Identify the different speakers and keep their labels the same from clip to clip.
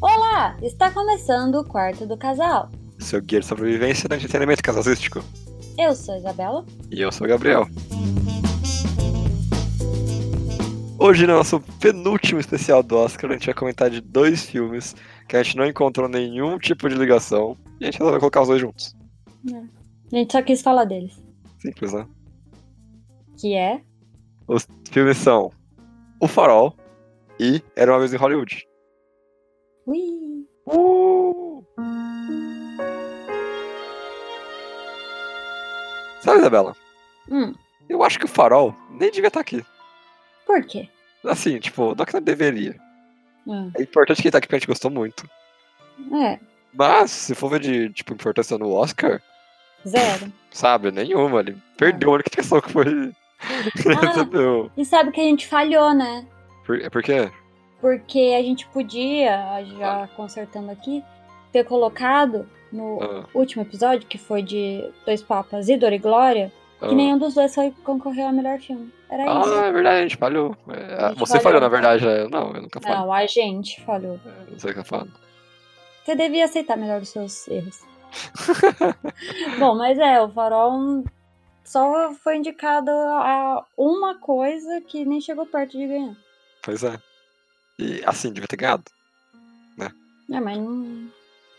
Speaker 1: Olá, Ah, está começando o quarto do casal.
Speaker 2: Seu guia de sobrevivência do entretenimento casalístico.
Speaker 1: Eu sou a Isabela.
Speaker 2: E eu sou o Gabriel. Hoje, no nosso penúltimo especial do Oscar, a gente vai comentar de dois filmes que a gente não encontrou nenhum tipo de ligação e a gente resolveu colocar os dois juntos.
Speaker 1: A gente só quis falar deles.
Speaker 2: Simples, né?
Speaker 1: Que é.
Speaker 2: Os filmes são O Farol e Era uma Vez em Hollywood.
Speaker 1: Ui!
Speaker 2: Uh! Sabe, Isabela?
Speaker 1: Hum,
Speaker 2: Eu acho que o Farol nem devia estar aqui.
Speaker 1: por quê?
Speaker 2: Assim, tipo, não é que não deveria.
Speaker 1: Hum,
Speaker 2: É importante que ele tá aqui porque a gente gostou muito.
Speaker 1: é,
Speaker 2: Mas, se for ver de, tipo, importância no Oscar,
Speaker 1: zero.
Speaker 2: sabe, nenhuma. Ele
Speaker 1: É.
Speaker 2: perdeu a única questão que foi. Ele recebeu.
Speaker 1: E sabe que a gente falhou, né?
Speaker 2: Por, é por quê?
Speaker 1: Porque a gente podia, já consertando aqui, ter colocado no
Speaker 2: Ah,
Speaker 1: último episódio, que foi de Dois Papas e Dor e Glória,
Speaker 2: ah.
Speaker 1: que nenhum dos dois foi concorreu ao melhor filme. Era isso.
Speaker 2: Ah, é verdade, a gente falhou. É,
Speaker 1: A gente
Speaker 2: você falhou,
Speaker 1: falhou.
Speaker 2: na verdade. é, Não, eu nunca falo.
Speaker 1: Não, a gente falhou.
Speaker 2: Não, sei o que eu falo.
Speaker 1: Você devia aceitar melhor os seus erros. Bom, mas é, o Farol só foi indicado a uma coisa que nem chegou perto de ganhar.
Speaker 2: Pois é. E, assim, devia ter ganhado.
Speaker 1: É, mas não...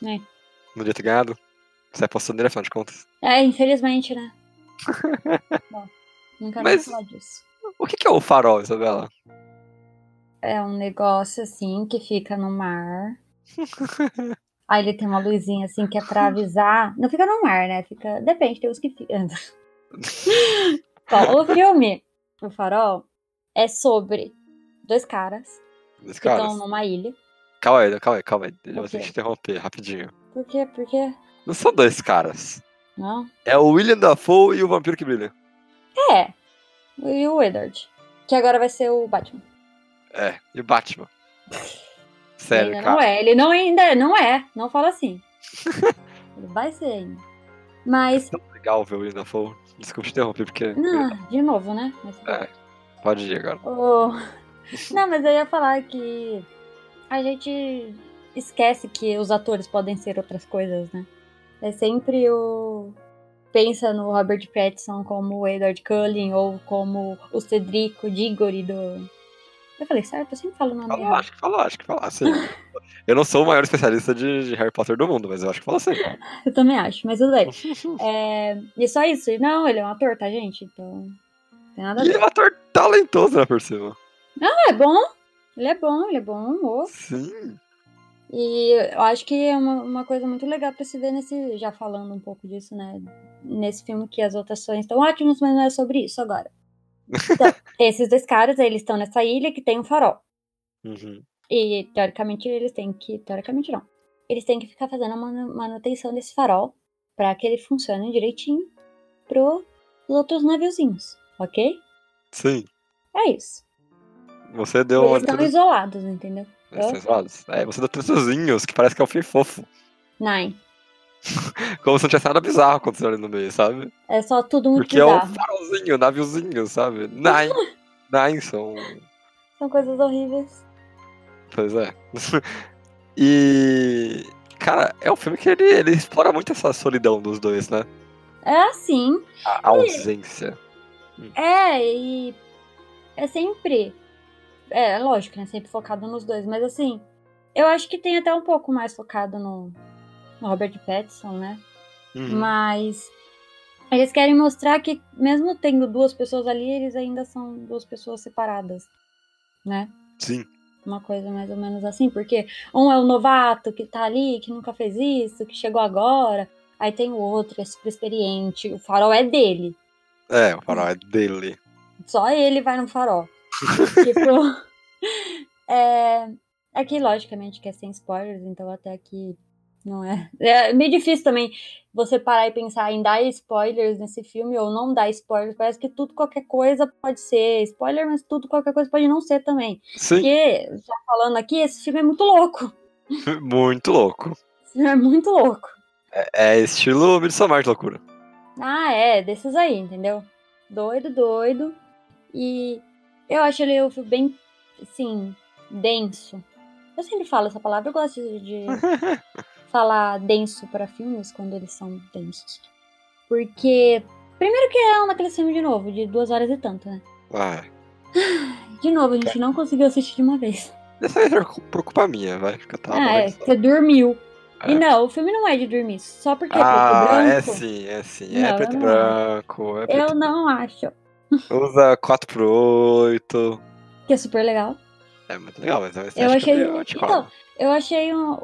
Speaker 2: Não devia ter ganhado. Você apostou nele, afinal de contas.
Speaker 1: É, infelizmente, né? Bom, não quero mais
Speaker 2: Mas-
Speaker 1: falar disso.
Speaker 2: O que, que é o farol, Isabela?
Speaker 1: É um negócio assim que fica no mar. Aí ele tem uma luzinha assim que é pra avisar. Não fica no mar, né? Fica. Depende, tem uns que ficam. Bom, o filme, o farol, é sobre dois caras
Speaker 2: Os
Speaker 1: que
Speaker 2: caras.
Speaker 1: estão numa ilha.
Speaker 2: Calma aí, calma aí, calma aí. Eu vou
Speaker 1: Então, né? O
Speaker 2: ter que
Speaker 1: quê?
Speaker 2: te interromper rapidinho.
Speaker 1: Por quê? Por quê?
Speaker 2: Não são dois caras.
Speaker 1: Não?
Speaker 2: É o William Dafoe e o Vampiro que Brilha.
Speaker 1: É. E o Willard. Que agora vai ser o Batman.
Speaker 2: É, e o Batman. Sério,
Speaker 1: ainda
Speaker 2: cara.
Speaker 1: não é. Ele não ainda não é. Não fala assim. ele vai ser ainda. Mas.
Speaker 2: Tão é legal ver o William Dafoe. Desculpa te interromper, porque.
Speaker 1: Não, de novo, né? Mas-
Speaker 2: É. Pode ir agora.
Speaker 1: Oh. Não, mas eu ia falar que a gente esquece que os atores podem ser outras coisas, né? É sempre o. Pensa no Robert Pattinson como o Edward Cullen ou como o Cedrico Diggory do. Eu falei, certo? Eu sempre falo o nome
Speaker 2: Falou,
Speaker 1: dela.
Speaker 2: acho que falou, acho que falou. Assim, eu não sou o maior especialista de, de Harry Potter do mundo, mas eu acho que falou assim.
Speaker 1: Eu também acho, mas tudo bem. É, e só isso. E Não, ele é um ator, tá, gente? Então. não Tem nada a
Speaker 2: E ele é
Speaker 1: ver.
Speaker 2: um ator talentoso, né, por cima.
Speaker 1: Não, é bom. Ele é bom, ele é bom, moço.
Speaker 2: Sim.
Speaker 1: E eu acho que é uma, uma coisa muito legal pra se ver nesse. Já falando um pouco disso, né? Nesse filme que as votações estão ótimas, mas não é sobre isso agora. Então, esses dois caras, eles estão nessa ilha que tem um farol.
Speaker 2: Uhum.
Speaker 1: E teoricamente eles têm que. Teoricamente não. Eles têm que ficar fazendo a manu- manutenção desse farol pra que ele funcione direitinho pros outros naviozinhos, ok?
Speaker 2: Sim.
Speaker 1: É isso.
Speaker 2: Você deu
Speaker 1: Eles
Speaker 2: uma.
Speaker 1: estão isolados, entendeu?
Speaker 2: Esses lados. É, você deu trançozinhos, que parece que é um fim fofo.
Speaker 1: Nine.
Speaker 2: Como se não tivesse nada bizarro acontecendo ali no meio, sabe?
Speaker 1: É só tudo muito
Speaker 2: Porque é um
Speaker 1: bizarro.
Speaker 2: farolzinho, naviozinho, sabe? Nine. Nine são.
Speaker 1: São coisas horríveis.
Speaker 2: Pois é. E. Cara, é um filme que ele, ele explora muito essa solidão dos dois, né?
Speaker 1: É assim,
Speaker 2: A ausência.
Speaker 1: É, e é sempre. É, é lógico, né? Sempre focado nos dois, mas assim, eu acho que tem até um pouco mais focado no, no Robert Pattinson, né?
Speaker 2: Uhum.
Speaker 1: Mas eles querem mostrar que, mesmo tendo duas pessoas ali, eles ainda são duas pessoas separadas, né?
Speaker 2: Sim.
Speaker 1: Uma coisa mais ou menos assim, porque um é o novato que tá ali, que nunca fez isso, que chegou agora, aí tem o outro, é super experiente, o farol é dele.
Speaker 2: É, o farol é dele.
Speaker 1: Só ele vai no farol. tipo. É, aqui, logicamente, que é sem spoilers, então até aqui não é. É meio difícil também você parar e pensar em dar spoilers nesse filme ou não dar spoilers. Parece que tudo, qualquer coisa pode ser spoiler, mas tudo, qualquer coisa pode não ser também.
Speaker 2: Sim,
Speaker 1: Porque, já falando aqui, esse filme é muito louco.
Speaker 2: muito louco.
Speaker 1: Esse filme é muito louco.
Speaker 2: É estilo Midsommar de loucura.
Speaker 1: Ah, é, desses aí, entendeu? Doido, doido. E eu acho ele um filme bem, assim, denso. Eu sempre falo essa palavra, eu gosto de, de falar denso para filmes quando eles são densos. Porque, primeiro que é um daqueles filmes de novo, de duas horas e tanto, né?
Speaker 2: Ah,
Speaker 1: De novo, a
Speaker 2: É.
Speaker 1: gente não conseguiu assistir de uma vez.
Speaker 2: dessa vez é cu- por culpa minha, vai. Porque eu tava
Speaker 1: ah, é,
Speaker 2: mais-
Speaker 1: você dormiu.
Speaker 2: tá É.
Speaker 1: E não, o filme não é de dormir, só porque é preto
Speaker 2: Ah,
Speaker 1: e
Speaker 2: é
Speaker 1: branco.
Speaker 2: sim, é sim.
Speaker 1: Não,
Speaker 2: é
Speaker 1: eu
Speaker 2: preto e
Speaker 1: não
Speaker 2: branco. É
Speaker 1: Eu
Speaker 2: preto...
Speaker 1: não acho.
Speaker 2: Usa 4 por 8
Speaker 1: Que é super legal.
Speaker 2: É muito legal, mas essa
Speaker 1: Eu
Speaker 2: acho
Speaker 1: achei-
Speaker 2: que eu te
Speaker 1: então,
Speaker 2: falo.
Speaker 1: Eu achei um-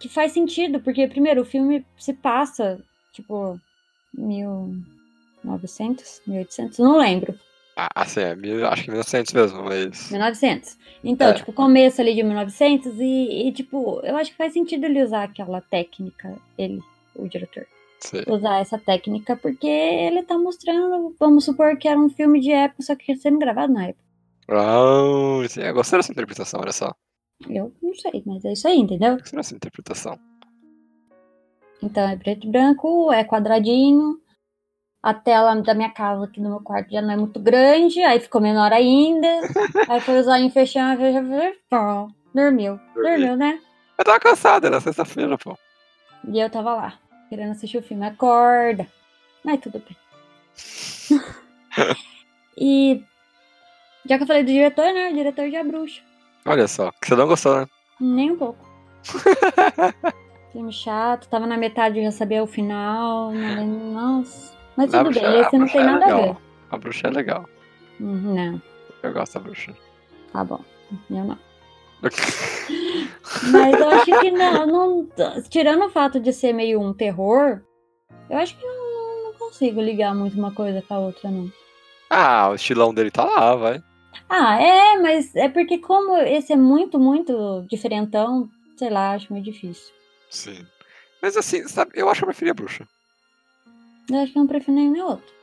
Speaker 1: que faz sentido, porque, primeiro, o filme se passa, tipo, 1900, 1800, não lembro,
Speaker 2: Ah, assim, é, mil- acho que 1900 mesmo, mas.
Speaker 1: 1900. Então,
Speaker 2: É.
Speaker 1: tipo, começo ali de 1900 e, e, tipo, eu acho que faz sentido ele usar aquela técnica, ele, o diretor,
Speaker 2: Sim.
Speaker 1: usar essa técnica, porque ele tá mostrando, vamos supor que era um filme de época, só que sendo gravado na época.
Speaker 2: Ah, sim, eu gostei dessa interpretação, olha só.
Speaker 1: Eu não sei, mas é isso aí, entendeu?
Speaker 2: Gostei dessa interpretação.
Speaker 1: Então é preto e branco, é quadradinho. A tela da minha casa aqui no meu quarto já não é muito grande, aí ficou menor ainda. aí foi usar em fechar, dormiu. Dormiu, né?
Speaker 2: Eu tava cansado, era sexta-feira, pô.
Speaker 1: E eu tava lá, querendo assistir o filme. Acorda. Mas tudo bem. e já que eu falei do diretor, né? O diretor já é bruxo.
Speaker 2: Olha só, que você não gostou, né?
Speaker 1: Nem um pouco. Filme chato, tava na metade e já sabia o final. Não, nossa. Mas
Speaker 2: A
Speaker 1: tudo
Speaker 2: bruxa-
Speaker 1: bem,
Speaker 2: a
Speaker 1: esse não
Speaker 2: bruxa
Speaker 1: tem
Speaker 2: é
Speaker 1: nada a
Speaker 2: legal.
Speaker 1: ver.
Speaker 2: A bruxa é legal.
Speaker 1: Uhum, Não,
Speaker 2: Eu gosto da bruxa.
Speaker 1: tá bom. Eu não. Mas eu acho que não, não. Tirando o fato de ser meio um terror, eu acho que não, não consigo ligar muito uma coisa com a outra, não.
Speaker 2: ah, o estilão dele tá lá, vai.
Speaker 1: Ah, é, mas é porque como esse é muito, muito diferentão, sei lá, acho meio difícil.
Speaker 2: Sim. Mas assim, sabe, eu acho que eu preferia a bruxa.
Speaker 1: Eu acho que eu não prefiro nenhum nem outro.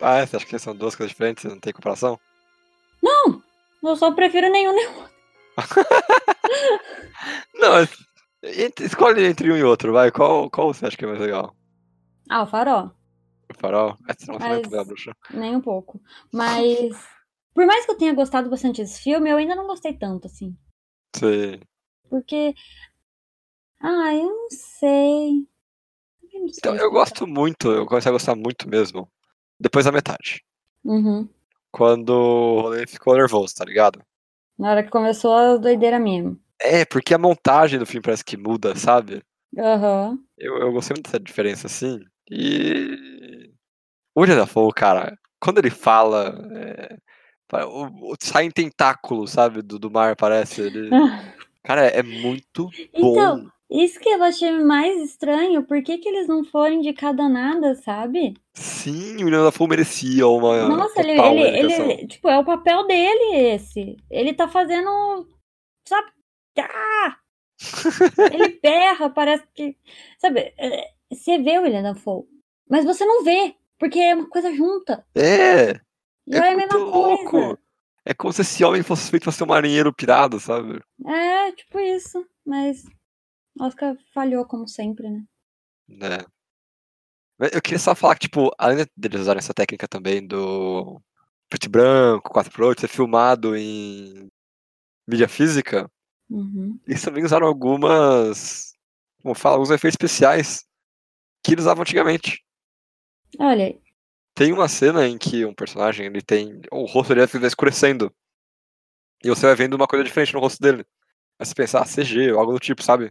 Speaker 2: Ah, é? você acha que são duas coisas diferentes? Não tem comparação?
Speaker 1: Eu só prefiro nenhum nem
Speaker 2: Não, es- ent- escolhe entre um e outro, vai. Qual, qual você acha que é mais legal?
Speaker 1: Ah, o farol.
Speaker 2: O farol? É, senão você vai
Speaker 1: Mas-
Speaker 2: pegar a bruxa.
Speaker 1: Nem um pouco. Mas. Por mais que eu tenha gostado bastante desse filme, eu ainda não gostei tanto, assim.
Speaker 2: Sim.
Speaker 1: Porque. Ah, eu não sei. Eu não sei
Speaker 2: Então, eu
Speaker 1: explicar.
Speaker 2: gosto muito, eu comecei a gostar muito mesmo. Depois da metade.
Speaker 1: Uhum.
Speaker 2: Quando o rolê ficou nervoso, tá ligado?
Speaker 1: Na hora que começou a doideira mesmo.
Speaker 2: É, porque a montagem do filme parece que muda, sabe?
Speaker 1: Aham.
Speaker 2: Eu, eu gostei muito dessa diferença, assim. E. O William Dafoe, cara, quando ele fala. É... pa- o- o- Saem tentáculos, sabe? Do, do mar, parece. Ele... Cara, é muito
Speaker 1: Então,
Speaker 2: bom.
Speaker 1: Isso que eu achei mais estranho, por que, que eles não foram indicados a nada, sabe?
Speaker 2: Sim, o William Dafoe merecia uma. um
Speaker 1: Nossa, ele,
Speaker 2: total
Speaker 1: ele, ele-
Speaker 2: indicação.
Speaker 1: Tipo, é o papel dele esse. Ele tá fazendo. Sabe? Ah! ele berra, parece que. Sabe? é, Você vê o William Dafoe, mas você não vê, porque é uma coisa junta.
Speaker 2: É!
Speaker 1: Não é, a mesma coisa.
Speaker 2: É como se esse homem fosse feito pra ser um marinheiro pirado, sabe?
Speaker 1: É, tipo isso. Mas. Oscar falhou, como sempre, né?
Speaker 2: Né? Mas Eu queria só falar que, tipo, além de- deles usarem essa técnica também do preto e branco, 4x8, ser filmado em mídia física,
Speaker 1: Uhum.
Speaker 2: eles também usaram algumas. Como fala, alguns efeitos especiais que eles usavam antigamente.
Speaker 1: Olha aí.
Speaker 2: Tem uma cena em que um personagem ele tem. O rosto dele fica escurecendo. E você vai vendo uma coisa diferente no rosto dele. Aí você pensa, ah, CG ou algo do tipo, sabe?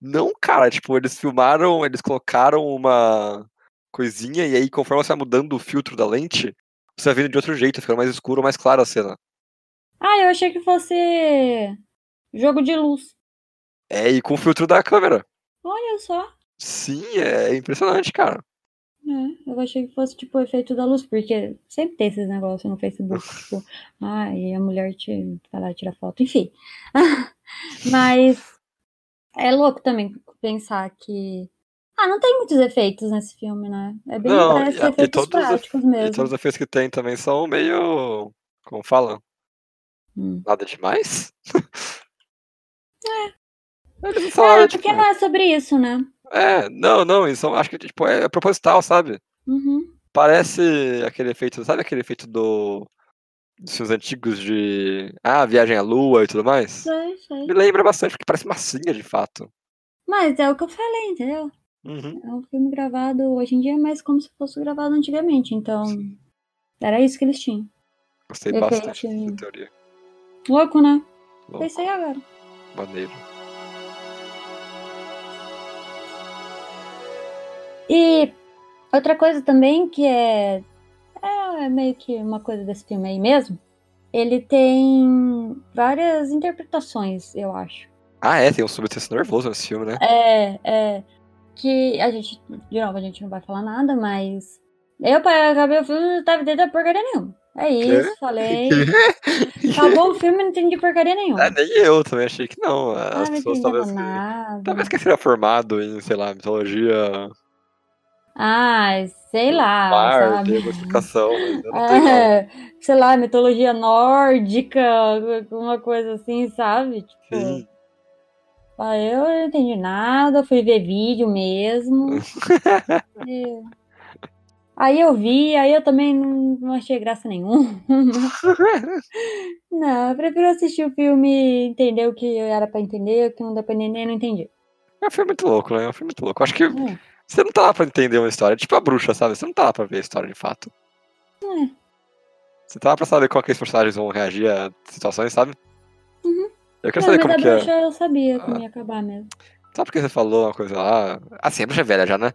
Speaker 2: Não, cara, tipo, eles filmaram, eles colocaram uma coisinha e aí conforme você vai mudando o filtro da lente, você vai vendo de outro jeito, ficando mais escuro, mais clara a cena.
Speaker 1: Ah, eu achei que fosse. Jogo de luz.
Speaker 2: É, e com o filtro da câmera.
Speaker 1: Olha só.
Speaker 2: Sim, é impressionante, cara.
Speaker 1: É, eu achei que fosse tipo o efeito da luz, porque sempre tem esses negócios no Facebook, tipo, ah, e a mulher te vai lá tirar foto, enfim. Mas é louco também pensar que. Ah, não tem muitos efeitos nesse filme, né? É bem
Speaker 2: Não,
Speaker 1: parece
Speaker 2: e a- e
Speaker 1: efeitos
Speaker 2: todos os-
Speaker 1: práticos
Speaker 2: E
Speaker 1: mesmo.
Speaker 2: todos os efeitos que tem também são meio. Como fala?
Speaker 1: Hum.
Speaker 2: Nada demais? é. Eles não são
Speaker 1: É,
Speaker 2: nada
Speaker 1: porque
Speaker 2: demais.
Speaker 1: não é sobre isso, né?
Speaker 2: É, não, não, eles são, acho que tipo, é, é proposital, sabe?
Speaker 1: Uhum.
Speaker 2: Parece aquele efeito, sabe aquele efeito do dos filmes antigos de. Ah, Viagem à Lua e tudo mais.
Speaker 1: Sei, sei.
Speaker 2: Me lembra bastante, porque parece massinha de fato.
Speaker 1: Mas é o que eu falei, entendeu?
Speaker 2: Uhum.
Speaker 1: É um filme gravado hoje em dia, mas como se fosse gravado antigamente. Então, era isso que eles tinham.
Speaker 2: Gostei
Speaker 1: Eu
Speaker 2: bastante
Speaker 1: tenho-
Speaker 2: dessa teoria.
Speaker 1: Louco, né?
Speaker 2: Louco.
Speaker 1: Pensei agora. é
Speaker 2: Maneiro.
Speaker 1: E outra coisa também que é, é meio que uma coisa desse filme aí mesmo. Ele tem várias interpretações, eu acho.
Speaker 2: Ah, é, tem um subtexto nervoso nesse filme, né?
Speaker 1: É, é. Que a gente, de novo, a gente não vai falar nada, mas. Eu para acabar o filme não tava dentro da porcaria nenhuma. É isso, falei. Acabou o filme não entendi porcaria nenhuma.
Speaker 2: Ah, nem eu também achei que não.
Speaker 1: Ah,
Speaker 2: As
Speaker 1: não
Speaker 2: pessoas
Speaker 1: entendi
Speaker 2: talvez. Que... tá
Speaker 1: nada.
Speaker 2: Talvez que seja formado em, sei lá, mitologia,
Speaker 1: Ah, sei lá,
Speaker 2: lar,
Speaker 1: sabe?
Speaker 2: tem alguma explicação, mas eu não tenho não.
Speaker 1: É, sei lá, mitologia nórdica, alguma coisa assim, sabe? Tipo,
Speaker 2: Sim.
Speaker 1: ah, eu não entendi nada, fui ver vídeo mesmo. E- Aí eu vi, aí eu também não, não achei graça nenhuma. Não, eu prefiro assistir o filme, e entender o que era pra entender, o que não deu pra entender, eu não entendi.
Speaker 2: É um filme muito louco, né? É um filme muito louco. Eu Acho que
Speaker 1: É.
Speaker 2: você não tá lá pra entender uma história. É tipo a bruxa, sabe? Você não tá lá pra ver a história de fato.
Speaker 1: É.
Speaker 2: Você tá lá pra saber como é que os personagens vão reagir a situações, sabe?
Speaker 1: Uhum.
Speaker 2: Eu quero
Speaker 1: Não,
Speaker 2: saber
Speaker 1: mas a
Speaker 2: como que é.
Speaker 1: bruxa eu sabia que
Speaker 2: Ah.
Speaker 1: ia acabar mesmo.
Speaker 2: Sabe por que você falou uma coisa lá? Assim, a bruxa é velha já, né?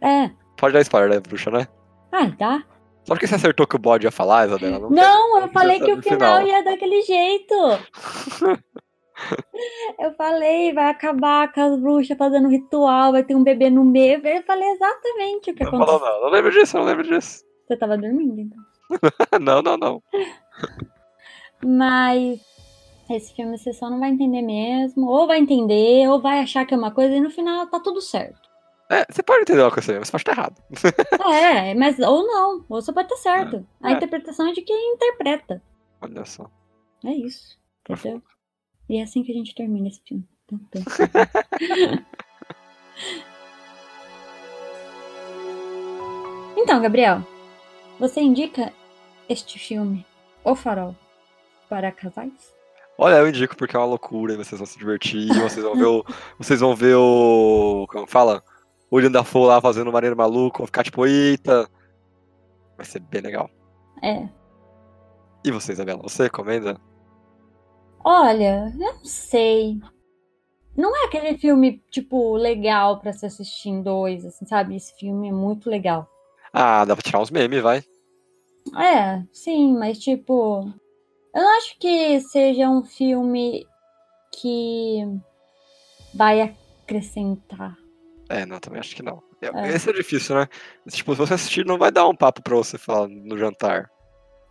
Speaker 1: É.
Speaker 2: Pode dar spoiler da bruxa, né?
Speaker 1: Ah, tá.
Speaker 2: Só porque você acertou que o bode ia falar, Isabela? Não,
Speaker 1: Não,
Speaker 2: quero-
Speaker 1: eu falei que
Speaker 2: quero
Speaker 1: o
Speaker 2: saber do
Speaker 1: final ia daquele jeito. Eu falei, vai acabar com as bruxas fazendo ritual, vai ter um bebê no meio. Eu falei exatamente o que
Speaker 2: Não falou,
Speaker 1: aconteceu.
Speaker 2: não. Não lembro disso, não lembro disso.
Speaker 1: Você tava dormindo, então.
Speaker 2: não, não, não.
Speaker 1: Mas esse filme você só não vai entender mesmo. Ou vai entender, ou vai achar que é uma coisa, e no final tá tudo certo.
Speaker 2: É, você pode entender uma coisa, mas você pode estar errado.
Speaker 1: É, mas ou não, ou só pode estar certo. A
Speaker 2: É.
Speaker 1: interpretação é de quem interpreta.
Speaker 2: Olha só.
Speaker 1: É isso. Entendeu? E é assim que a gente termina esse filme. Então, tá. Então, Gabriel, você indica este filme, O Farol, para casais?
Speaker 2: Olha, eu indico porque é uma loucura, e vocês vão se divertir, vocês vão ver o. Vocês vão ver o. Como fala? O William Dafoe lá fazendo o maneiro maluco, vão ficar tipo, eita! Vai ser bem legal.
Speaker 1: É.
Speaker 2: E você, Isabela, você recomenda?
Speaker 1: Olha, eu não sei. Não é aquele filme, tipo, legal pra se assistir em dois, assim, sabe? Esse filme é muito legal.
Speaker 2: Ah, dá pra tirar uns memes, vai.
Speaker 1: É, sim, mas tipo. Eu não acho que seja um filme que vai acrescentar.
Speaker 2: É, não, também acho que não. Eu-
Speaker 1: É.
Speaker 2: Esse é difícil, né? Tipo, se você assistir, não vai dar um papo pra você falar no jantar.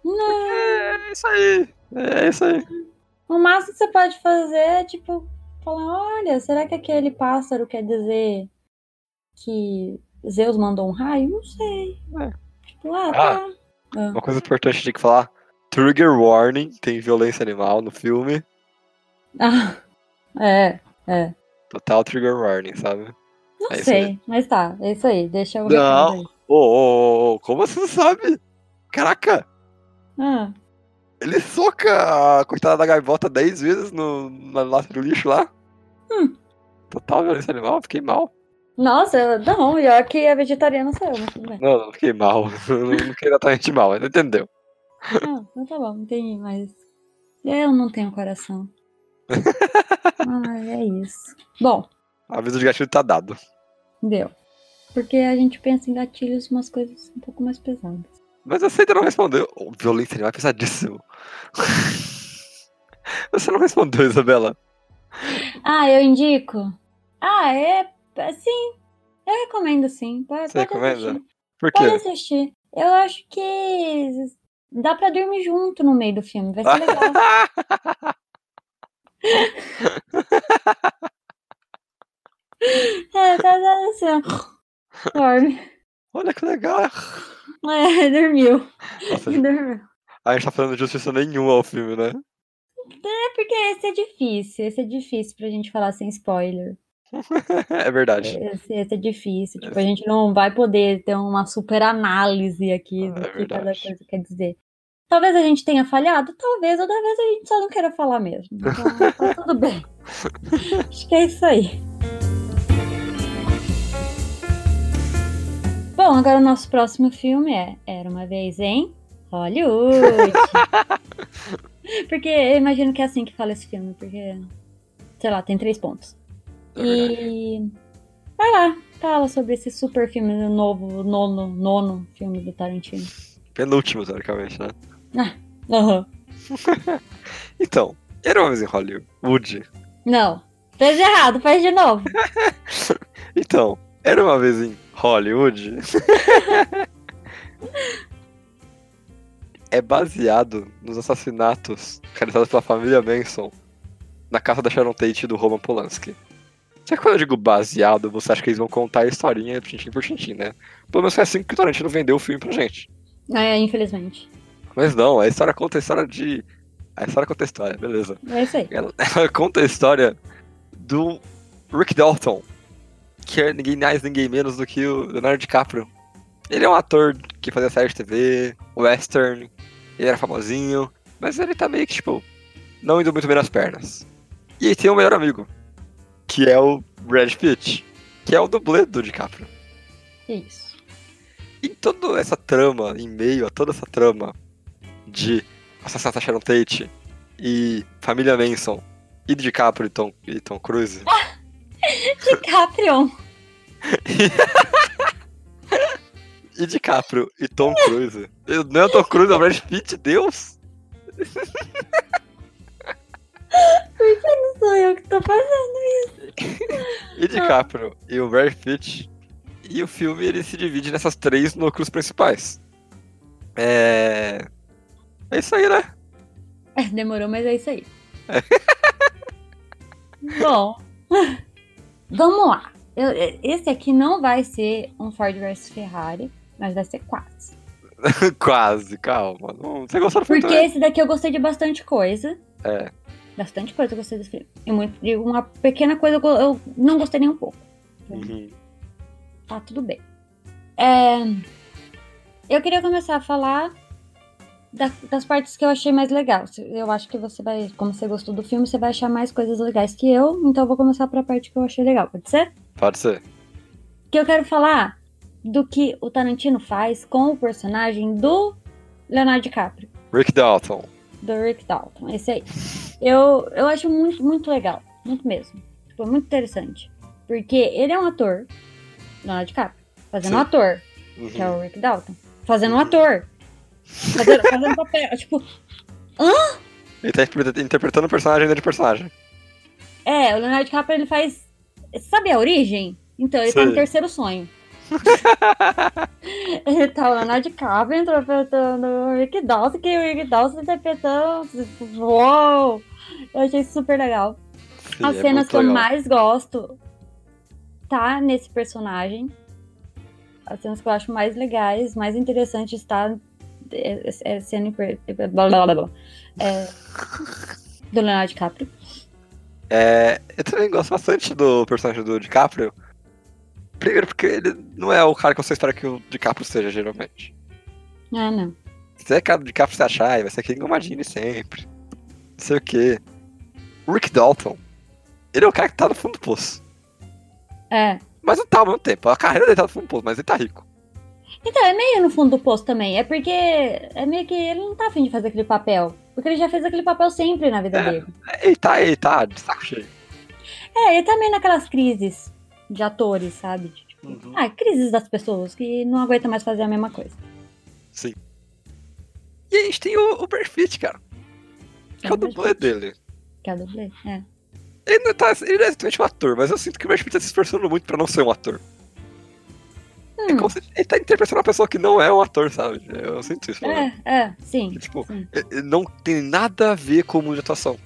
Speaker 1: Não.
Speaker 2: É isso aí. É isso aí.
Speaker 1: O máximo que você pode fazer é, tipo, falar: olha, será que aquele pássaro quer dizer que Zeus mandou um raio? Não sei.
Speaker 2: É.
Speaker 1: Tipo, ah,
Speaker 2: Ah.
Speaker 1: tá.
Speaker 2: Uma coisa importante tem que falar. Trigger warning, tem violência animal no filme.
Speaker 1: Ah, é,
Speaker 2: Total trigger warning, sabe?
Speaker 1: não
Speaker 2: É isso aí.
Speaker 1: sei, mas tá, é isso aí, deixa eu
Speaker 2: Não.
Speaker 1: recomendo aí.
Speaker 2: Ô, ô, ô, ô, como você sabe? Caraca,
Speaker 1: Ah,
Speaker 2: ele soca a coitada da gaivota 10 vezes no, na lata do lixo lá.
Speaker 1: Hum.
Speaker 2: Total violência animal, fiquei mal.
Speaker 1: Nossa, não, pior que a vegetariana sou eu, mas tudo bem.
Speaker 2: Não, não, fiquei mal. não fiquei exatamente mal, mas entendeu.
Speaker 1: Ah, então tá bom, entendi, mas eu não tenho coração. Ai, é isso. Bom,
Speaker 2: Aviso de gatilho tá dado.
Speaker 1: deu. Porque a gente pensa em gatilhos umas coisas um pouco mais pesadas.
Speaker 2: Mas você ainda não respondeu. Ô, violência animal é pesadíssimo. você não respondeu, Isabela.
Speaker 1: Ah, eu indico. Ah, é. é, Sim, eu recomendo sim. Pode,
Speaker 2: Você
Speaker 1: pode
Speaker 2: recomenda?
Speaker 1: assistir.
Speaker 2: Por
Speaker 1: Pode
Speaker 2: quê?
Speaker 1: assistir. Eu acho que dá pra dormir junto no meio do filme. Vai ser legal. É, tá dando assim. ó. Dorme.
Speaker 2: Olha que legal.
Speaker 1: É, dormiu.
Speaker 2: Nossa,
Speaker 1: Dormiu.
Speaker 2: a gente tá fazendo justiça nenhuma ao filme, né?
Speaker 1: É porque esse é difícil, esse é difícil pra gente falar sem spoiler.
Speaker 2: é verdade.
Speaker 1: Esse, esse é difícil, tipo, a gente não vai poder ter uma super análise aqui do
Speaker 2: É
Speaker 1: que cada
Speaker 2: verdade.
Speaker 1: coisa quer dizer. Talvez a gente tenha falhado, talvez, outra vez a gente só não queira falar mesmo. Então, tá tudo bem. Acho que é isso aí. Bom, agora o nosso próximo filme é Era uma vez em Hollywood. porque eu imagino que é assim que fala esse filme, porque, sei lá, tem três pontos.
Speaker 2: É
Speaker 1: e vai lá, fala sobre esse super filme do novo, nono, nono filme do Tarantino.
Speaker 2: Penúltimo, teoricamente, né?
Speaker 1: Aham.
Speaker 2: Então, era uma vez em Hollywood.
Speaker 1: Não. Fez errado, faz de novo.
Speaker 2: Então, era uma vez em Hollywood. é baseado nos assassinatos realizados pela família Manson na casa da Sharon Tate e do Roman Polanski. Só que quando eu digo baseado, você acha que eles vão contar a historinha tintim por tintim, né? Pelo menos foi assim que o Tarantino vendeu o filme pra gente.
Speaker 1: É, infelizmente.
Speaker 2: Mas não, a história conta a história de... A história conta a história, beleza.
Speaker 1: É isso aí.
Speaker 2: Ela, ela conta a história do Rick Dalton, que é ninguém mais, ninguém menos do que o Leonardo DiCaprio. Ele é um ator que fazia série de TV, western, ele era famosinho, mas ele tá meio que, tipo, não indo muito bem nas pernas. E aí tem um melhor amigo, que é o Brad Pitt, que é o dublê do DiCaprio.
Speaker 1: É Isso.
Speaker 2: E toda essa trama, em meio a toda essa trama de assassinato da Sharon Tate e família Manson e do DiCaprio e Tom, e Tom Cruise,
Speaker 1: DiCaprio.
Speaker 2: e DiCaprio e Tom Cruise. Eu- Não é o Tom Cruise, é o Brad Pitt, Deus!
Speaker 1: Sou eu que tô fazendo.
Speaker 2: E DiCaprio e o Brad Pitt. E o filme ele se divide nessas três núcleos principais. É. É isso aí, né?
Speaker 1: É, demorou, mas é isso aí. Bom, vamos lá. Eu- esse aqui não vai ser um Ford vs Ferrari, mas vai ser quase.
Speaker 2: Quase, calma. Não, você gostou do filme
Speaker 1: Porque
Speaker 2: também?
Speaker 1: esse daqui eu gostei de bastante coisa.
Speaker 2: Então É.
Speaker 1: Bastante coisa eu gostei desse filme. E muito, de uma pequena coisa eu, go- eu não gostei nem um pouco.
Speaker 2: Uhum.
Speaker 1: Tá tudo bem. É, eu queria começar a falar da- das partes que eu achei mais legal. Se- Eu acho que você vai, como você gostou do filme, você vai achar mais coisas legais que eu. Então eu vou começar pra parte que eu achei legal, pode ser?
Speaker 2: Pode ser.
Speaker 1: Que eu quero falar do que o Tarantino faz com o personagem do Leonardo DiCaprio
Speaker 2: Rick Dalton.
Speaker 1: do Rick Dalton, É esse aí. Eu, eu acho muito, muito legal, muito mesmo. Tipo, é muito interessante. Porque ele é um ator, Leonardo DiCaprio, fazendo um
Speaker 2: Sim.
Speaker 1: ator,
Speaker 2: Uhum.
Speaker 1: que é o Rick Dalton. Fazendo um
Speaker 2: Uhum.
Speaker 1: ator. Fazendo, fazendo papel, tipo...
Speaker 2: Ele tá interpre- interpretando o personagem dentro de personagem.
Speaker 1: É, o Leonardo DiCaprio, ele faz... Sabe a origem? Então, ele tá no
Speaker 2: Sim.
Speaker 1: terceiro sonho. ele tá o Leonardo DiCaprio interpretando o Rick Dalton, que o Rick Dalton interpretando... Uou! Eu achei super legal.
Speaker 2: Sim,
Speaker 1: As
Speaker 2: é
Speaker 1: cenas
Speaker 2: muito
Speaker 1: que eu
Speaker 2: legal.
Speaker 1: mais gosto tá nesse personagem. As cenas que eu acho mais legais, mais interessantes está é, é- é sendo imper- blá, blá, blá, blá. É, do Leonardo DiCaprio.
Speaker 2: É, eu também gosto bastante do personagem do DiCaprio. Primeiro porque ele não é o cara que você espera que o DiCaprio seja, geralmente.
Speaker 1: Ah, não.
Speaker 2: Se é cara do DiCaprio você achar, "Ai, vai ser aquele engomadinho sempre. Não sei o quê. O Rick Dalton, ele é o cara que tá no fundo do poço.
Speaker 1: É.
Speaker 2: Mas não tá ao mesmo tempo. A carreira dele tá no fundo do poço, mas ele tá rico.
Speaker 1: Então, é meio no fundo do poço também. É porque é meio que ele não tá afim de fazer aquele papel. Porque ele já fez aquele papel sempre na vida
Speaker 2: É.
Speaker 1: dele.
Speaker 2: Ele tá, ele tá de saco cheio.
Speaker 1: É, ele tá meio naquelas crises de atores, sabe? De, tipo,
Speaker 2: Uhum.
Speaker 1: Ah, crises das pessoas que não aguentam mais fazer a mesma coisa.
Speaker 2: E a gente tem o, o Brad Pitt, cara. Que é o
Speaker 1: É, mas-
Speaker 2: dublê dele.
Speaker 1: Que é o dublê, é.
Speaker 2: Ele não, tá, ele não é exatamente um ator, mas eu sinto que o Brad Pitt tá se esforçando muito pra não ser um ator. É
Speaker 1: Hum.
Speaker 2: como se ele tá interpretando uma pessoa que não é um ator, sabe? Eu sinto isso. né?
Speaker 1: É, é, sim.
Speaker 2: Que, tipo,
Speaker 1: sim.
Speaker 2: é- é- não tem nada a ver com o mundo de atuação.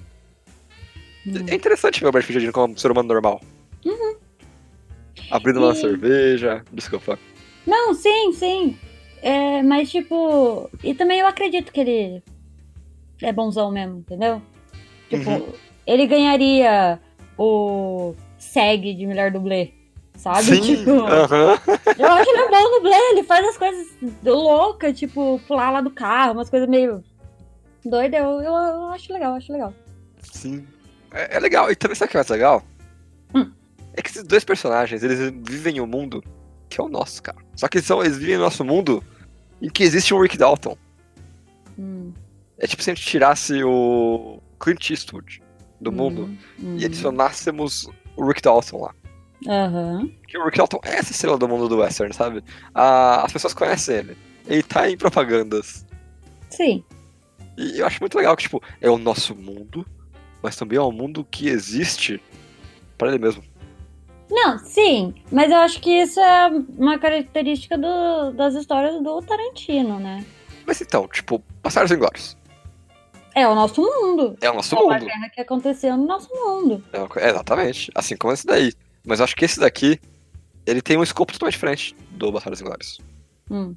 Speaker 1: Hum. Uhum.
Speaker 2: É interessante ver o Brad Pitt agindo como um ser humano normal. Abrindo uma
Speaker 1: E-
Speaker 2: cerveja. Desculpa.
Speaker 1: Não, sim, sim. É, mas, tipo. E também eu acredito que ele é bonzão mesmo, entendeu? Tipo,
Speaker 2: Uhum.
Speaker 1: ele ganharia o SEG de melhor dublê. Sabe?
Speaker 2: Sim, é.
Speaker 1: Tipo,
Speaker 2: aham.
Speaker 1: eu acho ele um bom dublê, ele faz as coisas loucas, tipo, pular lá do carro, umas coisas meio doida, eu, eu, eu acho legal, acho legal.
Speaker 2: Sim. É, é legal. E também sabe o que é mais legal?
Speaker 1: Hum.
Speaker 2: É que esses dois personagens, eles vivem um mundo que é o nosso, cara. Só que eles, são, eles vivem no nosso mundo em que existe um Rick Dalton.
Speaker 1: Hum,
Speaker 2: É tipo se a gente tirasse o Clint Eastwood do
Speaker 1: hum,
Speaker 2: mundo
Speaker 1: hum.
Speaker 2: e adicionássemos o Rick Dalton lá.
Speaker 1: Aham.
Speaker 2: Porque o Rick Dalton é essa estrela do mundo do western, sabe? Ah, as pessoas conhecem ele. Ele tá em propagandas.
Speaker 1: Sim.
Speaker 2: E eu acho muito legal que, tipo, é o nosso mundo, mas também é um mundo que existe pra ele mesmo.
Speaker 1: Não, sim, mas eu acho que isso é uma característica do- das histórias do Tarantino, né?
Speaker 2: Mas então, tipo, Passaram sem Glórias.
Speaker 1: É o nosso mundo.
Speaker 2: É o nosso
Speaker 1: é uma
Speaker 2: mundo.
Speaker 1: cena que aconteceu no nosso mundo.
Speaker 2: É uma co- é, exatamente. Assim como esse daí. Mas eu acho que esse daqui, ele tem um escopo totalmente diferente do Bastardos Inglórios.
Speaker 1: Hum.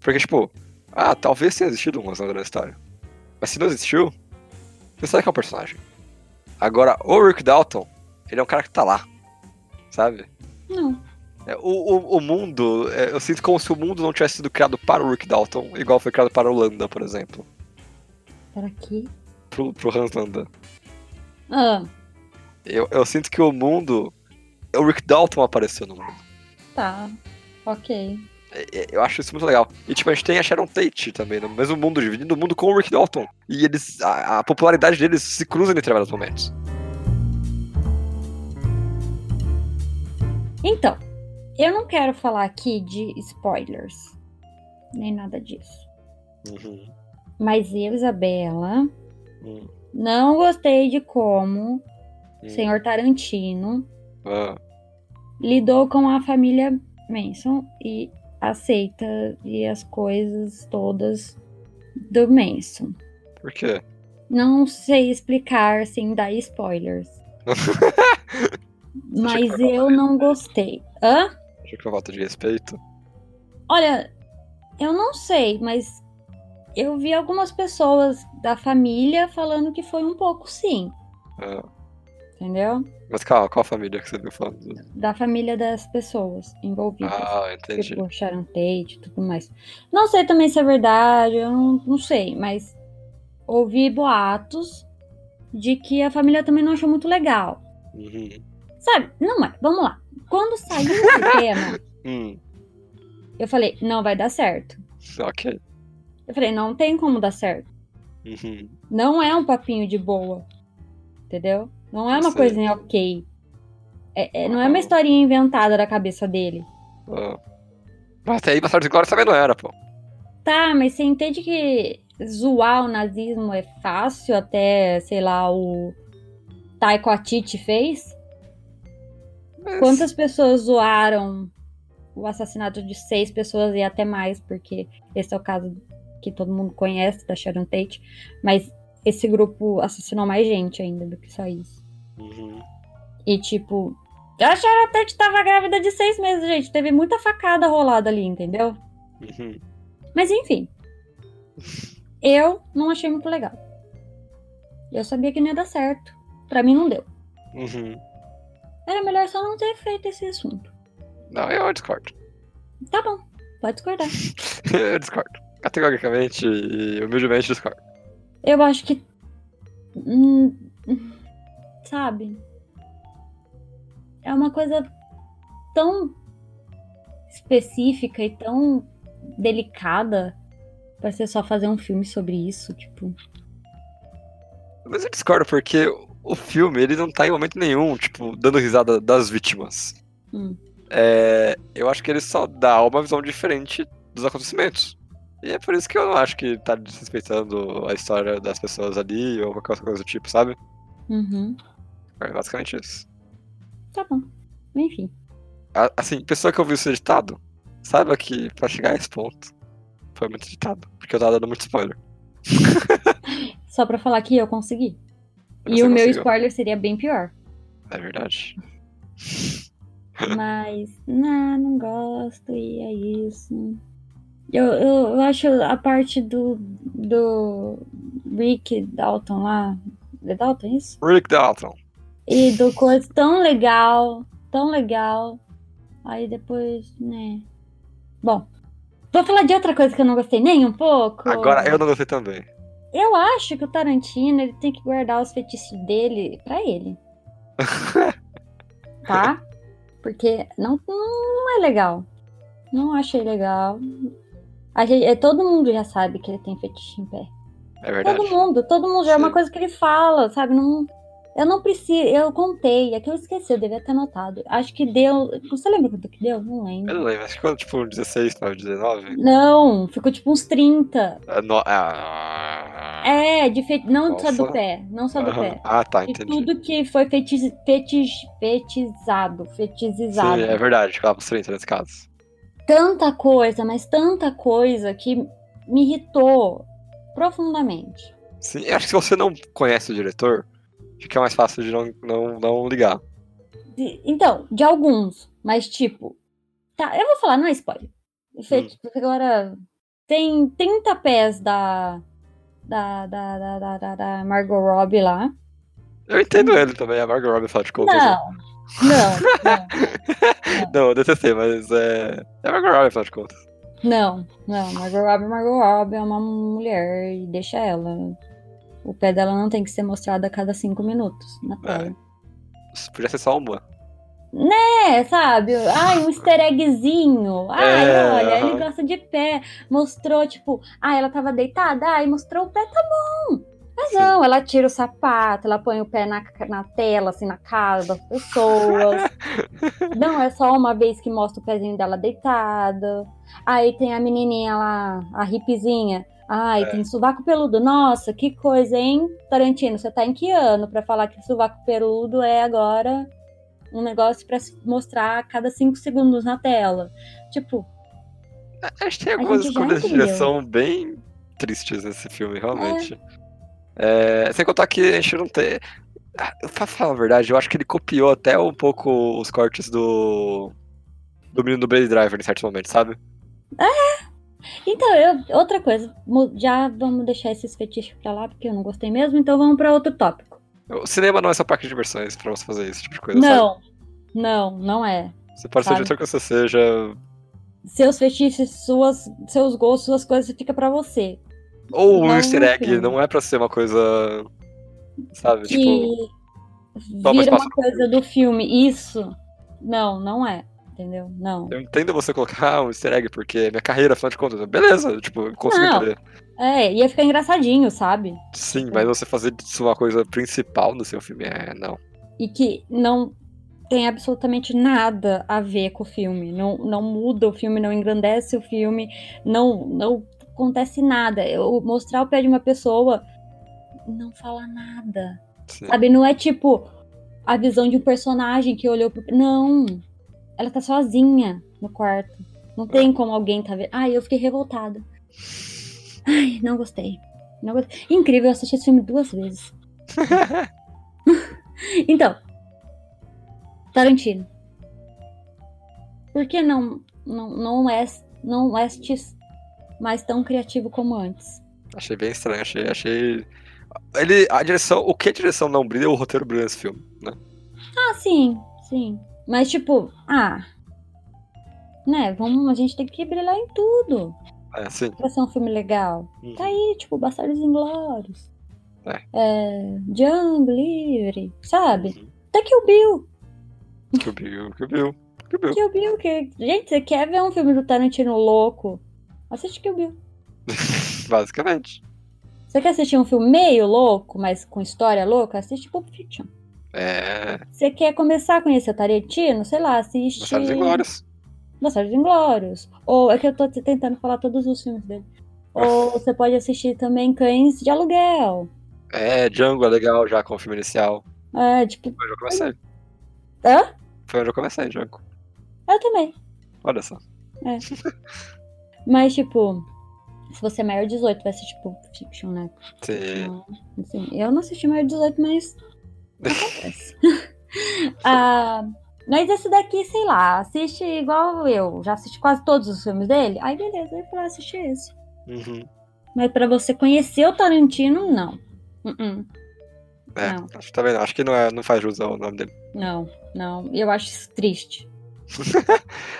Speaker 2: Porque, tipo, ah, talvez tenha existido um Rosando na história. Mas se não existiu, você sabe que é um personagem. Agora, o Rick Dalton, ele é um cara que tá lá. Sabe?
Speaker 1: Não.
Speaker 2: É, o, o, o mundo, é, eu sinto como se o mundo não tivesse sido criado para o Rick Dalton, igual foi criado para o Landa, por exemplo.
Speaker 1: Será que.
Speaker 2: Pro, pro Hans Landa.
Speaker 1: Ah,
Speaker 2: Eu, eu sinto que o mundo. O Rick Dalton apareceu no mundo.
Speaker 1: tá. Ok.
Speaker 2: É- é- Eu acho isso muito legal. E tipo, a gente tem a Sharon Tate também, no mesmo mundo, dividindo o mundo com o Rick Dalton. E eles. A, a popularidade deles se cruza em determinados momentos.
Speaker 1: Então, eu não quero falar aqui de spoilers. Nem nada disso.
Speaker 2: Uhum,
Speaker 1: Mas eu, Isabela,
Speaker 2: Hum,
Speaker 1: não gostei de como
Speaker 2: hum.
Speaker 1: o senhor Tarantino
Speaker 2: Ah,
Speaker 1: lidou com a família Manson e aceita e as coisas todas do Manson.
Speaker 2: por quê?
Speaker 1: Não sei explicar sem dar spoilers, mas
Speaker 2: que
Speaker 1: eu não gostei. Hã?
Speaker 2: Acho que foi falta de respeito.
Speaker 1: Olha, eu não sei, mas eu vi algumas pessoas da família falando que foi um pouco sim,
Speaker 2: Ah,
Speaker 1: entendeu?
Speaker 2: Mas calma, qual a família que você viu falando?
Speaker 1: Da família das pessoas envolvidas.
Speaker 2: Ah, entendi.
Speaker 1: Tipo, Sharon Tate e tudo mais. Não sei também se é verdade, eu não, não sei, mas ouvi boatos de que a família também não achou muito legal.
Speaker 2: Uhum.
Speaker 1: Sabe? Não é. Vamos lá. Quando saiu esse tema,
Speaker 2: Hum,
Speaker 1: eu falei, não vai dar certo.
Speaker 2: ok.
Speaker 1: Eu falei, não tem como dar certo.
Speaker 2: Uhum.
Speaker 1: Não é um papinho de boa. Entendeu? Não é uma
Speaker 2: Sim.
Speaker 1: coisinha ok. É- é- não é uma
Speaker 2: Uhum.
Speaker 1: historinha inventada da cabeça dele.
Speaker 2: Ah. Mas até aí, Bastardos Glórias também não era, pô.
Speaker 1: Tá, mas você entende que zoar o nazismo é fácil, até, sei lá, o Taiko Atiti fez?
Speaker 2: Mas-
Speaker 1: Quantas pessoas zoaram o assassinato de seis pessoas e até mais, porque esse é o caso que todo mundo conhece da Sharon Tate, mas esse grupo assassinou mais gente ainda do que só isso.
Speaker 2: Uhum.
Speaker 1: E tipo, a Sharon Tate tava grávida de seis meses, gente, teve muita facada rolada ali, entendeu?
Speaker 2: Uhum.
Speaker 1: Mas enfim. Eu não achei muito legal. Eu sabia que não ia dar certo. Pra mim não deu.
Speaker 2: Uhum.
Speaker 1: Era melhor só não ter feito esse assunto.
Speaker 2: Não, eu discordo.
Speaker 1: Tá bom, pode discordar.
Speaker 2: eu discordo. Categoricamente e humildemente discordo.
Speaker 1: Eu acho que. hum, hum, Sabe? É uma coisa tão específica e tão delicada pra você só fazer um filme sobre isso. Tipo,
Speaker 2: Mas eu discordo porque o filme, ele não tá em momento nenhum, tipo, dando risada das vítimas.
Speaker 1: Hum.
Speaker 2: É, eu acho que ele só dá uma visão diferente dos acontecimentos. E é por isso que eu não acho que tá desrespeitando a história das pessoas ali ou qualquer outra coisa do tipo, sabe?
Speaker 1: uhum,
Speaker 2: É basicamente isso.
Speaker 1: tá bom. Enfim.
Speaker 2: A- assim, pessoa que ouviu isso editado, saiba que pra chegar a esse ponto foi muito editado. Porque eu tava dando muito spoiler.
Speaker 1: Só pra falar que eu consegui. E
Speaker 2: Você
Speaker 1: o meu
Speaker 2: conseguiu.
Speaker 1: spoiler seria bem pior.
Speaker 2: É verdade.
Speaker 1: Mas, não, não gosto, e é isso. Eu, eu, eu acho a parte do, do Rick Dalton lá. É Dalton isso?
Speaker 2: Rick Dalton.
Speaker 1: E do coisa tão legal, tão legal. Aí depois, né. Bom, vou falar de outra coisa que eu não gostei nem um pouco.
Speaker 2: Agora eu não gostei também. é
Speaker 1: Eu acho que o Tarantino ele tem que guardar os feitiços dele pra ele. tá? Porque não, não é legal. Não achei legal. A gente, é, todo mundo já sabe que ele tem fetiche em pé.
Speaker 2: É verdade.
Speaker 1: Todo mundo, todo mundo. Já é uma
Speaker 2: Sim.
Speaker 1: coisa que ele fala, sabe? Não, eu não preciso. Eu contei, é que eu esqueci, eu devia ter anotado. Acho que deu. Você lembra quanto que deu? Não
Speaker 2: Eu
Speaker 1: lembro.
Speaker 2: não lembro, acho que quando, tipo, 16, tava 19.
Speaker 1: Não, ficou tipo uns 30.
Speaker 2: Ah, no- Ah,
Speaker 1: É, de fe... não só do
Speaker 2: Nossa.
Speaker 1: pé. Não só do
Speaker 2: aham.
Speaker 1: pé.
Speaker 2: Ah, tá,
Speaker 1: De
Speaker 2: entendi.
Speaker 1: tudo que foi fetiz, fetiz, fetizado,
Speaker 2: Sim,
Speaker 1: fetizizado.
Speaker 2: é verdade, ficava pros 30 nesse caso.
Speaker 1: Tanta coisa, mas tanta coisa que me irritou profundamente.
Speaker 2: Sim, eu acho que se você não conhece o diretor, fica mais fácil de não, não, não ligar.
Speaker 1: De- então, de alguns, mas tipo. Tá, eu vou falar, não é spoiler.
Speaker 2: Hum.
Speaker 1: Fe- Porque agora tem 30 pés da. Da, da, da, da, da- da Margot Robbie lá.
Speaker 2: Eu entendo ele também, a Margot Robbie, afinal de contas. né?
Speaker 1: Uhum. Não, não,
Speaker 2: Não, eu detestei, mas é. É a Margot Robbie, afinal de contas.
Speaker 1: não, não, não. Margot Robbie, Margot Robbie é uma mulher e deixa ela. O pé dela não tem que ser mostrado a cada cinco minutos na tela.
Speaker 2: Isso Podia ser só uma.
Speaker 1: É, sabe? Ai, um easter eggzinho. Ai,
Speaker 2: É,
Speaker 1: olha, ele
Speaker 2: aham.
Speaker 1: gosta de pé. Mostrou, tipo, ah, ela tava deitada, ai, mostrou o pé, tá bom. Mas
Speaker 2: Sim.
Speaker 1: não, ela tira o sapato, ela põe o pé na, na tela, assim, na cara das pessoas. não, é só uma vez que mostra o pezinho dela deitada. Aí tem a menininha lá, a hippiezinha. Ai,
Speaker 2: É.
Speaker 1: tem sovaco peludo. Nossa, que coisa, hein? Tarantino, você tá em que ano pra falar que sovaco peludo é agora um negócio pra se mostrar a cada cinco segundos na tela? Tipo,
Speaker 2: Acho que tem
Speaker 1: A
Speaker 2: algumas
Speaker 1: gente já
Speaker 2: escolhas de
Speaker 1: entendeu.
Speaker 2: direção bem tristes nesse filme, realmente. É, sem contar que a gente não tem. Ah, Pra falar a verdade, eu acho que ele copiou até um pouco os cortes do. Do menino do Blade Driver em certos momentos, sabe?
Speaker 1: então, eu, outra coisa, mu- já vamos deixar esses fetiches pra lá, porque eu não gostei mesmo, então vamos pra outro tópico.
Speaker 2: O cinema não é só parque de diversões pra você fazer esse tipo de coisa, sabe?
Speaker 1: não, não, não é.
Speaker 2: Você pode ser o
Speaker 1: sabe.
Speaker 2: diretor que você seja,
Speaker 1: Seus fetiches, suas, seus gostos, suas coisas fica pra você.
Speaker 2: Ou um
Speaker 1: Não,
Speaker 2: easter egg,
Speaker 1: enfim.
Speaker 2: não é pra ser uma coisa. Sabe?
Speaker 1: Que
Speaker 2: Tipo, toma
Speaker 1: vira
Speaker 2: espaço
Speaker 1: uma
Speaker 2: no
Speaker 1: coisa do filme. Isso, não, não é. Entendeu? Não.
Speaker 2: eu entendo você colocar um easter egg, porque é minha carreira, afinal de contas, beleza, tipo, eu consigo
Speaker 1: Não.
Speaker 2: entender.
Speaker 1: É, ia ficar engraçadinho, sabe?
Speaker 2: Sim, mas você fazer disso uma coisa principal no seu filme é. Não.
Speaker 1: e que não tem absolutamente nada a ver com o filme. Não, não muda o filme, não engrandece o filme, não, não acontece nada. Eu mostrar o pé de uma pessoa não fala nada.
Speaker 2: Sim.
Speaker 1: Sabe? Não é tipo a visão de um personagem que olhou pro. Não! Ela tá sozinha no quarto. Não tem como alguém tá vendo. Ai, eu fiquei revoltada. Ai, não gostei. Não gostei. Incrível, eu assisti esse filme duas vezes. Então, Tarantino. Por que não, não, não, és, não estes mais tão criativo como antes?
Speaker 2: Achei bem estranho, achei. achei... Ele, a direção, o que a direção não brilha, é o roteiro brilha nesse filme, né?
Speaker 1: Ah, sim, sim. Mas tipo, ah. Né, vamos, a gente tem que brilhar em tudo.
Speaker 2: É Uhum. assim.
Speaker 1: Pra ser um filme legal. Tá aí, tipo, Bastardos Inglórios.
Speaker 2: É.
Speaker 1: É, Django Livre, sabe? Até que o Bill.
Speaker 2: Que Uhum. Bill, que Bill, que Bill.
Speaker 1: Kill Bill, que... Gente, você quer ver um filme do Tarantino louco? Assiste Kill Bill.
Speaker 2: Basicamente.
Speaker 1: Você quer assistir um filme meio louco, mas com história louca? Assiste Pulp Fiction.
Speaker 2: É.
Speaker 1: Você quer começar a conhecer o Tarantino? Sei lá, assiste...
Speaker 2: Baixados e glórias.
Speaker 1: Bastardos Inglórios. Ou, é que eu tô te- tentando falar todos os filmes dele. Ou você pode assistir também Cães de Aluguel.
Speaker 2: É, Django é legal já com o filme inicial.
Speaker 1: É, tipo...
Speaker 2: Foi onde eu comecei.
Speaker 1: Hã?
Speaker 2: Foi onde eu comecei, Django.
Speaker 1: Eu também.
Speaker 2: Olha só.
Speaker 1: Mas, tipo... Se você é maior de 18, vai assistir Pulp Fiction, né?
Speaker 2: Sim.
Speaker 1: Não, assim, eu não assisti maior de 18, mas acontece. Ah, mas esse daqui, sei lá, assiste igual eu. Já assisti quase todos os filmes dele. Aí beleza, aí pra assistir esse.
Speaker 2: Uhum.
Speaker 1: Mas pra você conhecer o Tarantino, não. Uh-uh,
Speaker 2: É,
Speaker 1: Não.
Speaker 2: acho que tá vendo. Acho que não, é, não faz jus ao nome dele.
Speaker 1: Não, não. Eu acho isso triste.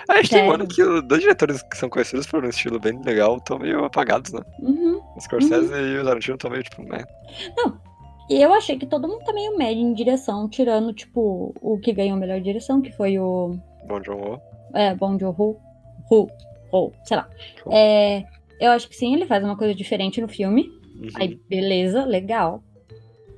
Speaker 2: A gente tem um
Speaker 1: Sério?
Speaker 2: um ano que os dois diretores que são conhecidos por um estilo bem legal estão meio apagados, né?
Speaker 1: Uhum.
Speaker 2: O Scorsese e o Tarantino também, tipo, né?
Speaker 1: E eu achei que todo mundo tá meio médio em direção, tirando, tipo, o que ganhou a melhor direção, que foi o
Speaker 2: Bom John Woo.
Speaker 1: é, Bong Joon-ho, Ho, Ho, sei lá.
Speaker 2: Ho.
Speaker 1: É, eu acho que sim, ele faz uma coisa diferente no filme.
Speaker 2: Uhum.
Speaker 1: Aí, beleza, legal.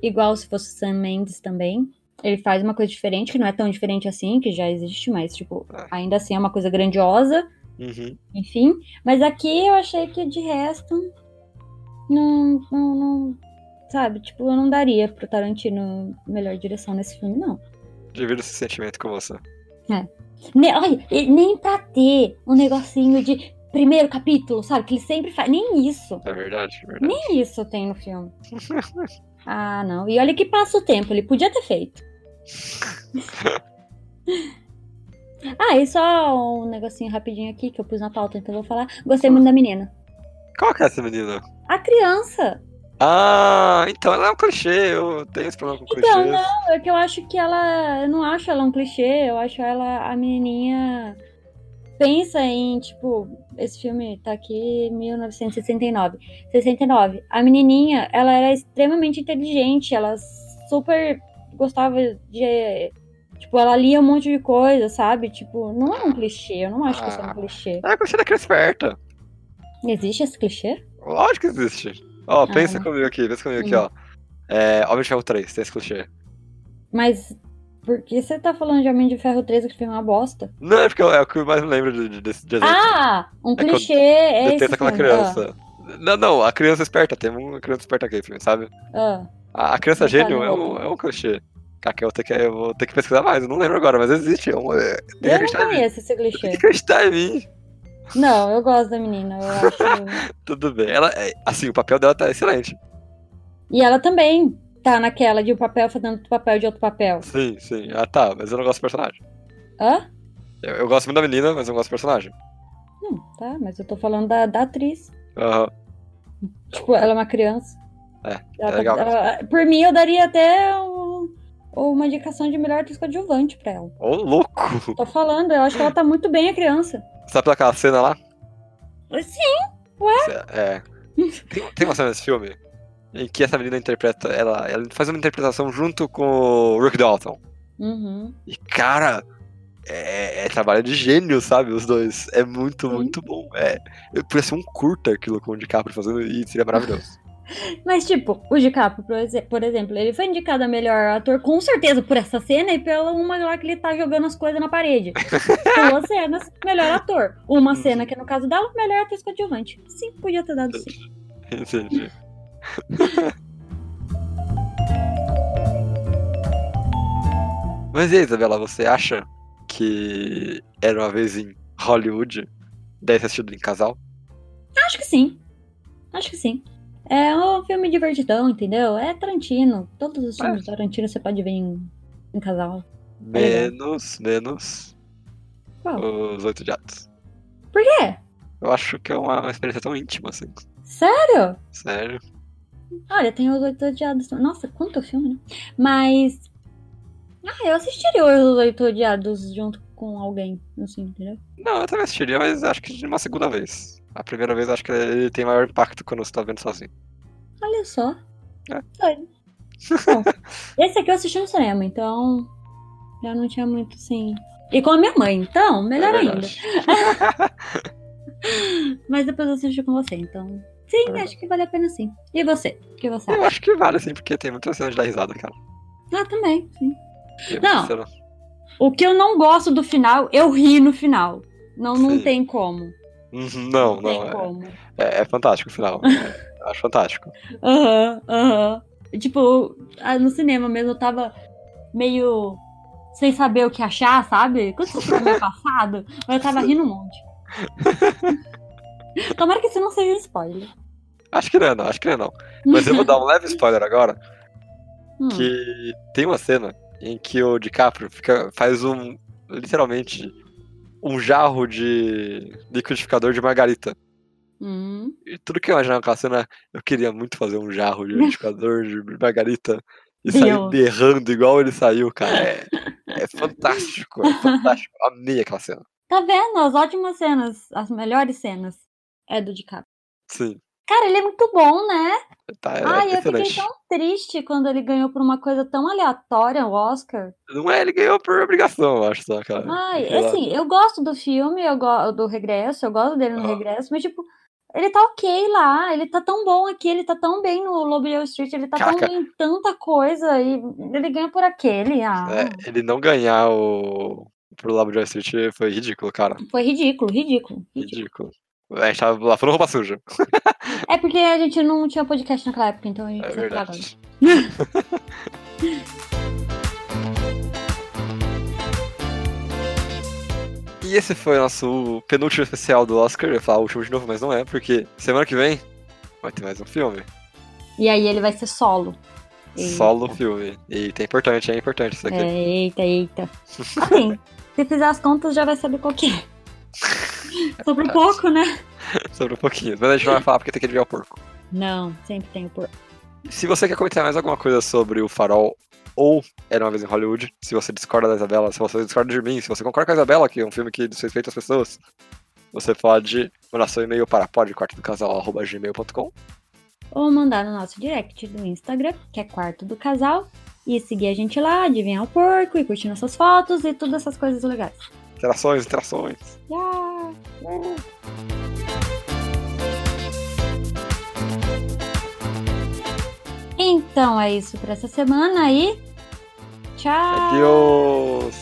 Speaker 1: Igual se fosse o Sam Mendes também. Ele faz uma coisa diferente, que não é tão diferente assim, que já existe, mas, tipo,
Speaker 2: É.
Speaker 1: ainda assim é uma coisa grandiosa,
Speaker 2: Uhum.
Speaker 1: enfim. Mas aqui eu achei que de resto. Não. não, não- sabe, tipo, eu não daria pro Tarantino melhor direção nesse filme, não.
Speaker 2: Divido esse sentimento com você.
Speaker 1: Ne Ai, e nem pra ter um negocinho de primeiro capítulo, sabe? Que ele sempre faz. Nem isso.
Speaker 2: É verdade, é verdade.
Speaker 1: Nem isso tem no filme. ah, não. E olha que passa o tempo, ele podia ter feito. ah, e só um negocinho rapidinho aqui que eu pus na pauta, então eu vou falar. Gostei muito da menina.
Speaker 2: Qual que é essa menina?
Speaker 1: A criança.
Speaker 2: Ah, então ela é um clichê. Eu tenho esse problema com clichês.
Speaker 1: Então, Não, é que eu acho que ela. Eu não acho ela um clichê, eu acho ela a menininha. Pensa em, tipo, esse filme tá aqui 1969. 69. A menininha, ela era extremamente inteligente, ela super gostava de. Tipo, ela lia um monte de coisa, sabe? Tipo, não é um clichê, eu não acho que isso é um
Speaker 2: Ah.
Speaker 1: clichê.
Speaker 2: É o clichê da criança esperta.
Speaker 1: Existe esse clichê?
Speaker 2: Lógico que existe. Ó,
Speaker 1: Ah,
Speaker 2: pensa
Speaker 1: né?
Speaker 2: comigo aqui, pensa comigo aqui,
Speaker 1: Hum.
Speaker 2: ó. É, Homem de Ferro 3, tem esse clichê.
Speaker 1: Mas por que você tá falando de Homem de Ferro 3 que o filme é uma bosta?
Speaker 2: Não, é porque eu- é o que eu mais me lembro de, de, desse de exemplo.
Speaker 1: Ah! Um
Speaker 2: que eu
Speaker 1: clichê é esse.
Speaker 2: Detesta aquela
Speaker 1: filme. Ah,
Speaker 2: criança. Não, não, a criança esperta, tem uma criança esperta aqui, filme, sabe?
Speaker 1: ah.
Speaker 2: A, a criança
Speaker 1: Não tá
Speaker 2: gênio é um,
Speaker 1: no-
Speaker 2: é um clichê. Caca, eu, vou ter que- eu vou ter que pesquisar mais, eu não lembro agora, mas existe. É um, é, tem que
Speaker 1: Eu não
Speaker 2: acreditar em mim.
Speaker 1: conheço esse
Speaker 2: Tem que
Speaker 1: clichê.
Speaker 2: acreditar em mim.
Speaker 1: Não, eu gosto da menina, eu acho.
Speaker 2: Tudo bem. Ela, é- assim, o papel dela tá excelente.
Speaker 1: e ela também tá naquela de um papel fazendo outro papel de outro papel.
Speaker 2: Sim, sim. Ah, tá, mas eu não gosto do personagem.
Speaker 1: Hã?
Speaker 2: Eu, eu gosto muito da menina, mas eu não gosto do personagem.
Speaker 1: Não, tá, mas eu tô falando da, da atriz.
Speaker 2: Aham.
Speaker 1: Tipo, ela é uma criança.
Speaker 2: É,
Speaker 1: Ela
Speaker 2: é legal
Speaker 1: ela- por mim, eu daria até um- uma indicação de melhor atriz coadjuvante pra ela.
Speaker 2: Ô, louco!
Speaker 1: Tô falando, eu acho que ela tá muito bem a criança.
Speaker 2: Sabe aquela cena lá?
Speaker 1: Sim,
Speaker 2: É. Tem, tem uma cena nesse filme em que essa menina interpreta, ela, ela faz uma interpretação junto com o Rick Dalton.
Speaker 1: Uhum.
Speaker 2: E, cara, é, é trabalho de gênio, sabe? Os dois. É muito,
Speaker 1: Sim.
Speaker 2: muito bom. É, eu- podia ser um curta aquilo com o DiCaprio fazendo e seria maravilhoso.
Speaker 1: Mas, tipo, o DiCaprio, por, exe- por exemplo, ele foi indicado a melhor ator, com certeza, por essa cena e pela uma lá que ele tá jogando as coisas na parede. Duas cenas, melhor ator. Uma cena que, no caso dela, melhor atriz coadjuvante. Sim, podia ter dado sim.
Speaker 2: Entendi. Mas e aí, Isabela, você acha que era uma vez em Hollywood? Deve ter assistido em casal?
Speaker 1: Acho que sim. Acho que sim. É um filme divertidão, entendeu? É Tarantino. Todos os filmes do Tarantino você pode ver em, em casal. legal.
Speaker 2: Menos, menos.
Speaker 1: Qual?
Speaker 2: Os Oito Jatos.
Speaker 1: Por quê?
Speaker 2: Eu acho que é uma uma experiência tão íntima, assim.
Speaker 1: Sério?
Speaker 2: Sério.
Speaker 1: Olha, tem os oito odiados. Nossa, quanto filme, né? Mas. Ah, eu assistiria os oito odiados junto com alguém, assim, entendeu?
Speaker 2: Não, eu também assistiria, mas acho que de uma segunda vez. A primeira vez eu acho que ele tem maior impacto quando você tá vendo sozinho.
Speaker 1: Olha só.
Speaker 2: É.
Speaker 1: Olha. Bom, esse aqui eu assisti no cinema, então. Já não tinha muito, assim. E com a minha mãe, então, melhor
Speaker 2: é
Speaker 1: ainda.
Speaker 2: verdade.
Speaker 1: Mas depois eu assisti com você, então. Sim,
Speaker 2: É verdade.
Speaker 1: acho que vale a pena sim. E você? O que você
Speaker 2: Eu
Speaker 1: acha?
Speaker 2: acho que vale, assim, porque tem muita cena de dar risada, cara.
Speaker 1: Ah, também, sim.
Speaker 2: Eu
Speaker 1: Não.
Speaker 2: sei lá.
Speaker 1: O que eu não gosto do final, eu ri no final. Não, não
Speaker 2: Sim.
Speaker 1: tem como.
Speaker 2: Uhum, Não,
Speaker 1: tem
Speaker 2: não. é-
Speaker 1: como.
Speaker 2: É, é fantástico o final. É, eu acho fantástico.
Speaker 1: Aham, aham. Tipo, ah, no cinema mesmo, eu tava meio sem saber o que achar, sabe? Quando isso foi meio passado, mas eu tava rindo um monte. Tomara que isso não seja um spoiler.
Speaker 2: Acho que não é, não. Acho que não é, não. Mas eu vou dar um leve spoiler agora.
Speaker 1: Hum,
Speaker 2: que tem uma cena em que o DiCaprio fica, faz um, literalmente, um jarro de liquidificador de margarita.
Speaker 1: hum.
Speaker 2: E tudo que eu imaginava aquela cena, eu queria muito fazer um jarro de liquidificador de margarita e sair
Speaker 1: Deus.
Speaker 2: berrando igual ele saiu, cara. É, é fantástico, é fantástico. Amei aquela cena.
Speaker 1: Tá vendo? As ótimas cenas, as melhores cenas é do DiCaprio.
Speaker 2: Sim.
Speaker 1: Cara, ele é muito bom, né?
Speaker 2: Tá, é
Speaker 1: Ai, eu fiquei
Speaker 2: impressionante.
Speaker 1: tão triste quando ele ganhou por uma coisa tão aleatória o Oscar.
Speaker 2: Não é, ele ganhou por obrigação, eu acho, só, cara.
Speaker 1: Ai,
Speaker 2: sei lá. né?
Speaker 1: assim, eu gosto do filme, eu gosto do regresso, eu gosto dele no
Speaker 2: Aham.
Speaker 1: regresso, mas tipo, ele tá ok lá, ele tá tão bom aqui, ele tá tão bem no Lobo de Wall Street, ele tá tão
Speaker 2: Caraca.
Speaker 1: bem em tanta coisa e ele ganha por aquele. Ah,
Speaker 2: É, ele não ganhar o. Pro Labo de Wall Street foi ridículo, cara.
Speaker 1: Foi ridículo, ridículo, ridículo.
Speaker 2: Ridículo. A gente tava lá falando roupa suja.
Speaker 1: É porque a gente não tinha podcast naquela época, então a gente
Speaker 2: É
Speaker 1: precisa falar agora.
Speaker 2: verdade. E esse foi o nosso penúltimo especial do Oscar. Eu ia falar o último de novo, mas não é, porque semana que vem vai ter mais um filme.
Speaker 1: E aí ele vai ser solo. Eita.
Speaker 2: Solo filme. Eita, é importante, é importante isso aqui.
Speaker 1: É, eita, eita. Assim, se fizer as contas já vai saber qual que é. Sobre um
Speaker 2: verdade.
Speaker 1: pouco, né?
Speaker 2: Sobre um pouquinho. Mas a gente não vai falar porque tem que adivinhar o porco.
Speaker 1: Não, sempre tem o por.
Speaker 2: Se você quer comentar mais alguma coisa sobre o Farol ou Era Uma Vez em Hollywood, se você discorda da Isabela, se você discorda de mim, se você concorda com a Isabela, que é um filme que desrespeita as pessoas, você pode mandar seu e-mail para podquartodocasal.gmail.com
Speaker 1: Ou mandar no nosso direct do Instagram, que é quarto do casal. E seguir a gente lá, adivinhar o porco e curtir nossas fotos e todas essas coisas legais.
Speaker 2: Interações, interações.
Speaker 1: Yeah. Então é isso pra essa semana aí. Tchau!
Speaker 2: Adeus!